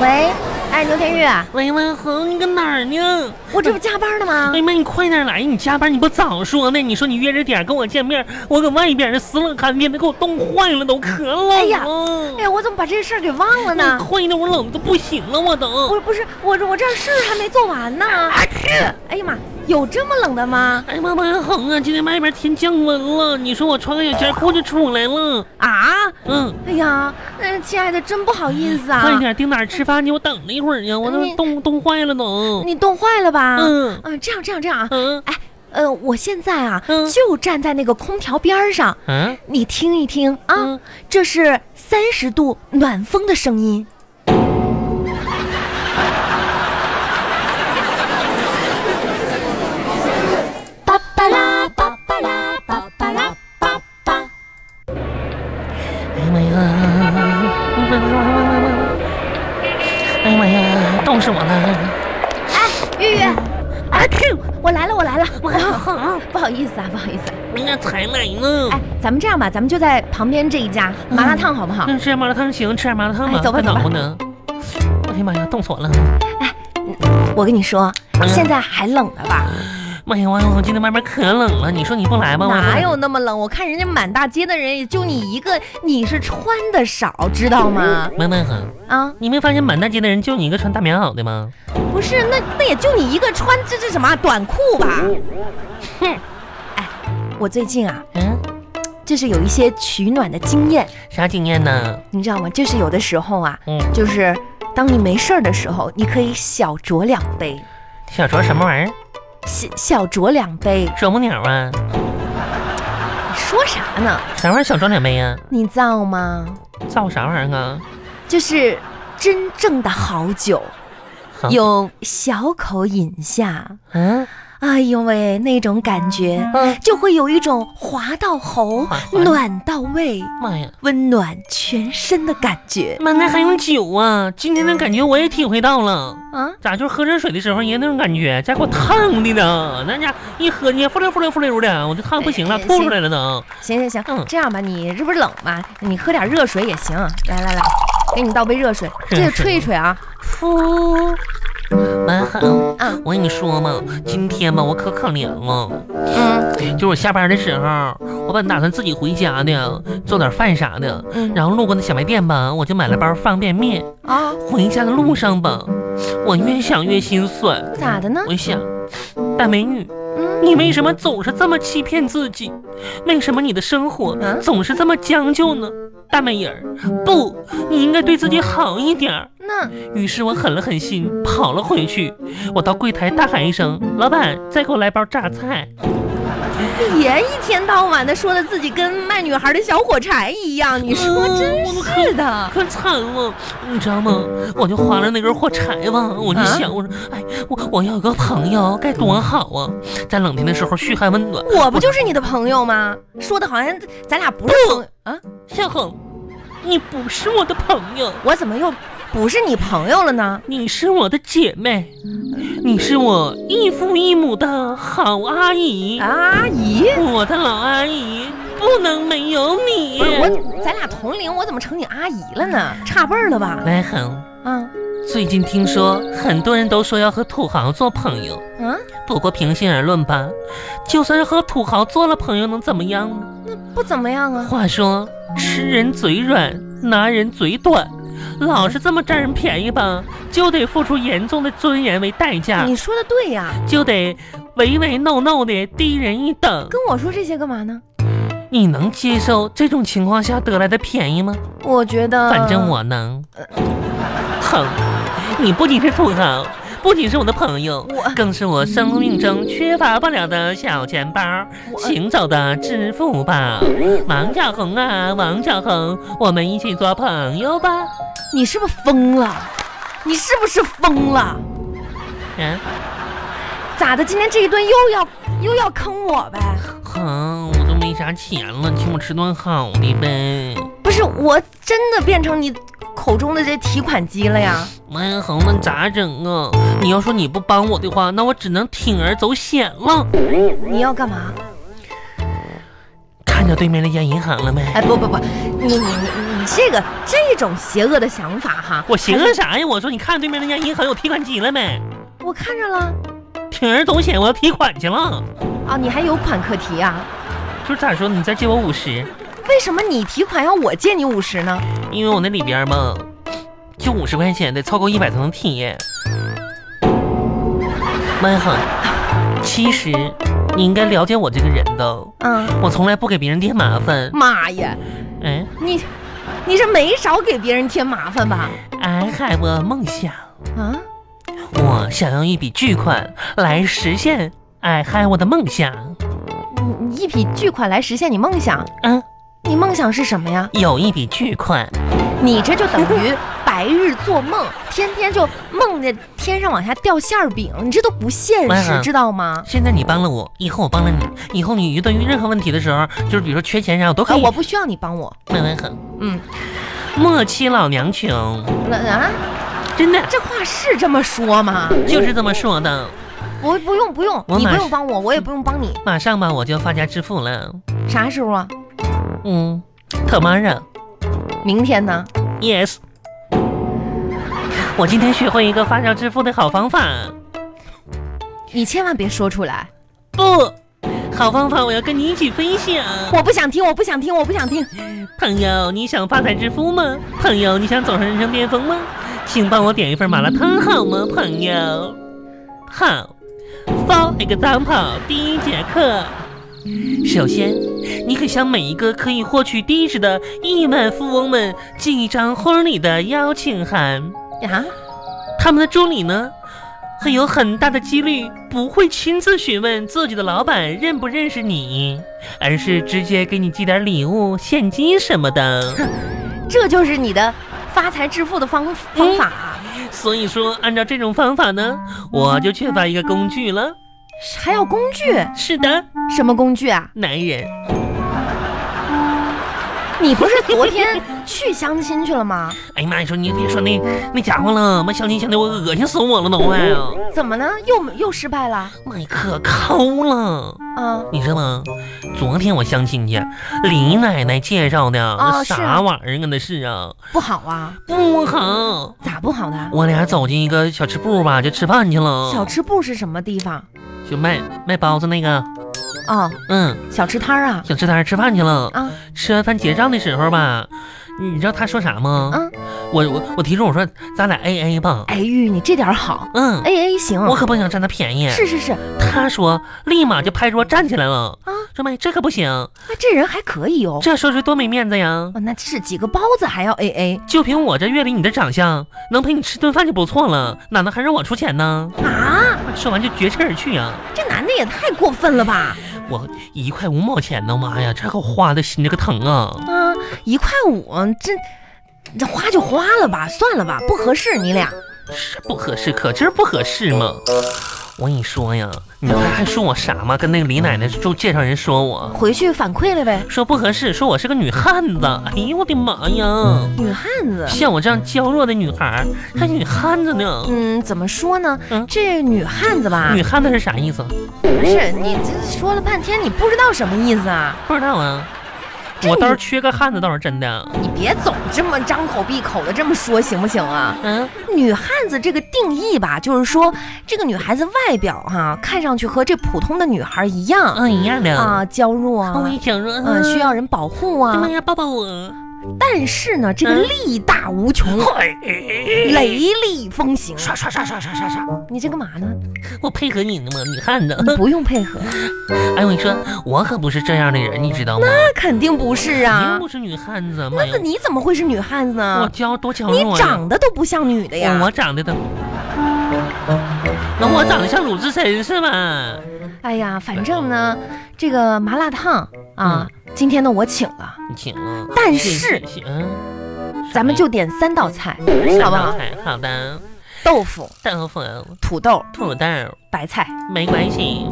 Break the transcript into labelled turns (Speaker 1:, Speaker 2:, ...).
Speaker 1: 呀，牛哎天玉，啊
Speaker 2: 喂喂，恒，你搁哪儿呢？
Speaker 1: 我这不加班呢吗
Speaker 2: 哎？呀妈，你快点来！你加班你不早说呢？你说你约着点儿跟我见面，我搁外边儿死冷寒天的给我冻坏了，都哎咳了。
Speaker 1: 哎呀哎呀，我怎么把这事儿给忘了
Speaker 2: 你
Speaker 1: 呢？
Speaker 2: 快点，我冷的不行了，我都。
Speaker 1: 不是不是，我这我这事儿还没做完呢。哎呀妈，有这么冷的吗？
Speaker 2: 哎呀妈妈，恒啊，今天外边天降温了，你说我穿个小夹裤就出来了。
Speaker 1: 啊，
Speaker 2: 嗯，
Speaker 1: 哎呀，嗯、亲爱的，真不好意思啊哎
Speaker 2: 快，点，定哪儿吃饭去？我等了一会儿呢，我
Speaker 1: 你
Speaker 2: 都冻冻坏了都。
Speaker 1: 你冻坏了吧？
Speaker 2: 嗯
Speaker 1: 嗯，这样这样这样啊，
Speaker 2: 嗯
Speaker 1: 哎，呃，我现在啊、
Speaker 2: 嗯
Speaker 1: 就站在那个空调边儿上，
Speaker 2: 啊
Speaker 1: 你听一听啊，
Speaker 2: 嗯
Speaker 1: 这是三十度暖风的声音。
Speaker 3: 巴巴拉巴巴拉巴巴拉巴巴。
Speaker 2: 哎呀妈呀！哎呀妈呀，冻死我了！
Speaker 1: 玉玉，
Speaker 2: 啊嚏！
Speaker 1: 我来了，我来了，
Speaker 2: 我恒，
Speaker 1: 不好意思啊，不好意思。
Speaker 2: 人家才来呢。
Speaker 1: 哎，咱们这样吧，咱们就在旁边这一家麻辣
Speaker 2: 嗯
Speaker 1: 烫好不好？
Speaker 2: 那吃点麻辣烫行，吃点麻辣烫吧。
Speaker 1: 哎哎走吧
Speaker 2: 快
Speaker 1: 走吧
Speaker 2: 暖和呢。我的妈呀，冻死我了！
Speaker 1: 我跟你说，
Speaker 2: 嗯
Speaker 1: 现在还冷呢吧？
Speaker 2: 妈呀，我我今天外面可冷了，你说你不来吧？我
Speaker 1: 哪有那么冷？我看人家满大街的人，也就你一个，你是穿的少，知道吗？
Speaker 2: 慢慢哈，
Speaker 1: 啊，
Speaker 2: 你没发现满大街的人就你一个穿大棉袄的吗？
Speaker 1: 不是，那那也就你一个穿这这什么啊短裤吧？哼，哎，我最近啊，
Speaker 2: 嗯，
Speaker 1: 就是有一些取暖的经验，
Speaker 2: 啥经验呢？
Speaker 1: 你知道吗？就是有的时候啊，
Speaker 2: 嗯，
Speaker 1: 就是当你没事儿的时候，你可以小酌两杯，
Speaker 2: 小卓什么玩意儿？
Speaker 1: 小小酌两杯，
Speaker 2: 啄木鸟啊？
Speaker 1: 你说啥呢？
Speaker 2: 啥玩意儿小啄两杯呀？
Speaker 1: 你知道吗？
Speaker 2: 造啥玩意儿啊？
Speaker 1: 就是真正的好酒，
Speaker 2: 好
Speaker 1: 用小口饮下，
Speaker 2: 嗯，
Speaker 1: 哎呦喂，那种感觉
Speaker 2: 嗯
Speaker 1: 就会有一种滑到喉
Speaker 2: 滑、滑
Speaker 1: 暖到胃、
Speaker 2: 妈呀！
Speaker 1: 温暖全身的感觉
Speaker 2: 妈，那还用酒啊？今天的感觉我也体会到了。
Speaker 1: 啊！
Speaker 2: 咋就是喝热水的时候也那种感觉，家给我烫的呢，那家一喝你呼溜呼溜呼溜的，我就烫不行了，
Speaker 1: 嗯哎哎
Speaker 2: 吐出来了都。
Speaker 1: 行行行，
Speaker 2: 嗯
Speaker 1: 这样吧，你这不是冷吗？你喝点热水也行。来来来，给你倒杯热水，这
Speaker 2: 热
Speaker 1: 个
Speaker 2: 水
Speaker 1: 吹一吹啊。
Speaker 2: 噗，完好，
Speaker 1: 啊
Speaker 2: 我跟你说嘛，今天吧我可可怜了，
Speaker 1: 嗯
Speaker 2: 就是我下班的时候，我本打算自己回家呢，做点饭啥的，
Speaker 1: 嗯
Speaker 2: 然后路过那小卖店吧，我就买了包方便面。
Speaker 1: 啊，
Speaker 2: 回家的路上吧，我越想越心酸，
Speaker 1: 咋的呢？
Speaker 2: 我想，大美女。
Speaker 1: 嗯，
Speaker 2: 你为什么总是这么欺骗自己？为什么你的生活
Speaker 1: 啊
Speaker 2: 总是这么将就呢？大美人儿，不，你应该对自己好一点儿。
Speaker 1: 那
Speaker 2: 于是我狠了狠心，跑了回去。我到柜台大喊一声：“老板，再给我来包榨菜
Speaker 1: 别一天到晚的说的自己跟卖女孩的小火柴一样，你！”说真
Speaker 2: 嗯
Speaker 1: 是的。
Speaker 2: 可惨了，你知道吗？我就划了那根火柴吧，我就
Speaker 1: 啊
Speaker 2: 想，我说，哎，我我要有个朋友该多好啊，在冷天的时候嘘寒问
Speaker 1: 嗯
Speaker 2: 暖。
Speaker 1: 我不就是你的朋友吗？说的好像咱俩不是朋友啊，
Speaker 2: 小红，你不是我的朋友。
Speaker 1: 我怎么又不是你朋友了呢？
Speaker 2: 你是我的姐妹，你是我异父异母的好阿姨，
Speaker 1: 阿姨，
Speaker 2: 我的老阿姨，不能没有你
Speaker 1: 不。是我，咱俩同龄，我怎么成你阿姨了呢？差辈儿了吧？
Speaker 2: 白恒，
Speaker 1: 啊
Speaker 2: 最近听说很多人都说要和土豪做朋友，
Speaker 1: 啊，
Speaker 2: 不过平心而论吧，就算是和土豪做了朋友，能怎么样呢？
Speaker 1: 不怎么样啊。
Speaker 2: 话说，吃人嘴软，拿人嘴短。老是这么占人便宜吧，就得付出严重的尊严为代价，
Speaker 1: 你说的对呀、
Speaker 2: 就得唯唯诺诺的低人一等。
Speaker 1: 跟我说这些干嘛呢？
Speaker 2: 你能接受这种情况下得来的便宜吗？
Speaker 1: 我觉得，
Speaker 2: 反正我能。
Speaker 1: 呃
Speaker 2: 哼，你不仅是土豪，不仅是我的朋友，
Speaker 1: 我
Speaker 2: 更是我生命中缺乏不了的小钱包，
Speaker 1: 我
Speaker 2: 行走的支付宝。王小红啊，王小红，我们一起做朋友吧。
Speaker 1: 你是不是疯了？你是不是疯了？
Speaker 2: 嗯，
Speaker 1: 咋的？今天这一顿又要又要坑我呗？
Speaker 2: 哼，我都没啥钱了，请我吃顿好的呗。
Speaker 1: 不是，我真的变成你口中的这提款机了呀？
Speaker 2: 王小红，那咋整啊？你要说你不帮我的话，那我只能铤而走险了。
Speaker 1: 你要干嘛？
Speaker 2: 开看到对面那家银行了没？
Speaker 1: 哎，不不不，你你你你这个这种邪恶的想法哈，
Speaker 2: 我寻
Speaker 1: 还是
Speaker 2: 思啥呀？我说你看对面那家银行有提款机了没？
Speaker 1: 我看着了
Speaker 2: 铤而走险，我要提款去了。
Speaker 1: 啊，你还有款可提啊？
Speaker 2: 就是咋说，你再借我五十，
Speaker 1: 为什么你提款要我借你五十呢？
Speaker 2: 因为我那里边吧，就五十块钱得凑够一百才能提。妈呀，其实你应该了解我这个人的，
Speaker 1: 嗯，
Speaker 2: 我从来不给别人添麻烦。
Speaker 1: 妈呀，
Speaker 2: 嗯，
Speaker 1: 你你这没少给别人添麻烦吧？
Speaker 2: 俺还我梦想，
Speaker 1: 啊，
Speaker 2: 我想用一笔巨款来实现俺还我的梦想。
Speaker 1: 你你一笔巨款来实现你梦想，
Speaker 2: 嗯，
Speaker 1: 你梦想是什么呀？
Speaker 2: 有一笔巨款，
Speaker 1: 你这就等于白日做梦，天天就梦见天上往下掉馅儿饼，你这都不现
Speaker 2: 妈
Speaker 1: 实
Speaker 2: 呀，
Speaker 1: 知道吗？
Speaker 2: 现在你帮了我，以后我帮了你，以后你对于任何问题的时候，就是比如说缺钱啥，我都可
Speaker 1: 啊，
Speaker 2: 以。
Speaker 1: 我不需要你帮我，
Speaker 2: 慢慢很，
Speaker 1: 嗯，
Speaker 2: 莫欺老娘穷，
Speaker 1: 那啊，
Speaker 2: 真的
Speaker 1: 这话是这么说吗？
Speaker 2: 就是这么说的。
Speaker 1: 我不用不用，
Speaker 2: 我
Speaker 1: 你不
Speaker 2: 马
Speaker 1: 用帮我，我也不用帮你，
Speaker 2: 马上吧，我就要发家致富了。
Speaker 1: 啥时候啊？
Speaker 2: 嗯，tomorrow，yes。
Speaker 1: 明天呢？
Speaker 2: 我今天学会一个发家致富的好方法，
Speaker 1: 你千万别说出来，
Speaker 2: 不，好方法我要跟你一起分享。
Speaker 1: 我不想听，我不想听，我不想听。
Speaker 2: 朋友，你想发财致富吗？朋友，你想走上人生巅峰吗？请帮我点一份麻辣烫好吗，朋友？好，For example，第一节课，首先，你可向每一个可以获取地址的亿万富翁们寄一张婚礼的邀请函。
Speaker 1: 啊，
Speaker 2: 他们的助理呢，很有很大的几率不会亲自询问自己的老板认不认识你，而是直接给你寄点礼物、现金什么的。
Speaker 1: 这就是你的发财致富的方
Speaker 2: 嗯
Speaker 1: 方法啊、
Speaker 2: 所以说，按照这种方法呢，我就缺乏一个工具了。
Speaker 1: 还要工具？
Speaker 2: 是的，
Speaker 1: 什么工具啊？
Speaker 2: 男人，
Speaker 1: 你不是昨天去相亲去了吗？
Speaker 2: 哎呀妈，你说你别说那那家伙了，妈相亲相的我恶心死我了都快啊！
Speaker 1: 怎么呢？又又失败了？
Speaker 2: 妈呀，可抠了。
Speaker 1: 啊
Speaker 2: 你知道吗？昨天我相亲去，李奶奶介绍的，那
Speaker 1: 哦是啊
Speaker 2: 啥玩意儿啊？那是啊，
Speaker 1: 不好啊？
Speaker 2: 不好。
Speaker 1: 咋不好呢？
Speaker 2: 我俩走进一个小吃部吧，就吃饭去了。
Speaker 1: 小吃部是什么地方？
Speaker 2: 就卖卖包子那个，
Speaker 1: 哦，
Speaker 2: 嗯，
Speaker 1: 小吃摊儿啊
Speaker 2: 小吃摊儿吃饭去了。
Speaker 1: 啊
Speaker 2: 吃完饭结账的时候吧，你知道他说啥吗？
Speaker 1: 啊！
Speaker 2: 我我我提出我说咱俩 A A 吧。
Speaker 1: 哎玉，你这点儿好
Speaker 2: 嗯，
Speaker 1: ，A A 行，
Speaker 2: 我可不想占他便宜。
Speaker 1: 哎是是是啊，
Speaker 2: 他说立马就拍桌站起来了，
Speaker 1: 啊
Speaker 2: 说妈呀，这可不行，
Speaker 1: 这人还可以哦。
Speaker 2: 这说出来多没面子呀。
Speaker 1: 哦，那这是几个包子还要哎 A A
Speaker 2: 就凭我这阅历，你的长相能陪你吃顿饭就不错了，哪能还让我出钱呢？
Speaker 1: 啊？
Speaker 2: 说完就绝气而去啊！
Speaker 1: 这男的也太过分了吧？
Speaker 2: 我一块五毛钱呢，妈呀，这给我花的心这个疼啊！
Speaker 1: 啊，一块五，这这花就花了吧，算了吧，不合适你俩。
Speaker 2: 是不合适，可劲儿不合适嘛。我跟你说呀，你知道他还说我啥吗？跟那个李奶奶就介绍人说我
Speaker 1: 回去反馈了呗，
Speaker 2: 说不合适，说我是个女汉子。哎呦我的妈呀！
Speaker 1: 女汉子。
Speaker 2: 像我这样娇弱的女孩儿还女汉子呢？
Speaker 1: 嗯，怎么说呢？
Speaker 2: 嗯
Speaker 1: 这女汉子吧，
Speaker 2: 女汉子是啥意思？
Speaker 1: 不是你这说了半天，你不知道什么意思啊？
Speaker 2: 不知道啊。
Speaker 1: 这
Speaker 2: 我倒是
Speaker 1: 女
Speaker 2: 缺个汉子，倒是真的。
Speaker 1: 你别总这么张口闭口的这么说，行不行啊？
Speaker 2: 嗯，
Speaker 1: 女汉子这个定义吧，就是说这个女孩子外表哈、看上去和这普通的女孩一样
Speaker 2: 嗯一样的。
Speaker 1: 啊，娇弱啊
Speaker 2: 我，一想说，
Speaker 1: 嗯，需要人保护
Speaker 2: 哎呀
Speaker 1: 啊
Speaker 2: 妈。呀，抱抱我。
Speaker 1: 但是呢，这个
Speaker 2: 嗯
Speaker 1: 力大无穷，
Speaker 2: 哎
Speaker 1: 雷厉风行。
Speaker 2: 刷刷刷刷刷刷刷，
Speaker 1: 你这干嘛呢？
Speaker 2: 我配合你呢嘛，女汉子。
Speaker 1: 不用配合，
Speaker 2: 哎，我跟你说，我可不是这样的人，你知道吗？
Speaker 1: 那肯定不是啊
Speaker 2: 您不。是女汉子，妈
Speaker 1: 哎那
Speaker 2: 呀
Speaker 1: 个！你怎么会是女汉子
Speaker 2: 我
Speaker 1: 呢？
Speaker 2: 娇多娇
Speaker 1: 你
Speaker 2: 弱呀！
Speaker 1: 长得都不像女的呀。
Speaker 2: 我我长得都，那我长得像鲁智深是吧？
Speaker 1: 哎呀，反正呢，这个麻辣烫啊，今天呢我请了，
Speaker 2: 你请了，
Speaker 1: 但
Speaker 2: 谢
Speaker 1: 是
Speaker 2: 谢谢嗯，
Speaker 1: 咱们就点三道菜，好不好
Speaker 2: 好？？好的，
Speaker 1: 豆腐、
Speaker 2: 豆腐、
Speaker 1: 土豆、
Speaker 2: 土豆、
Speaker 1: 白菜，
Speaker 2: 没关系，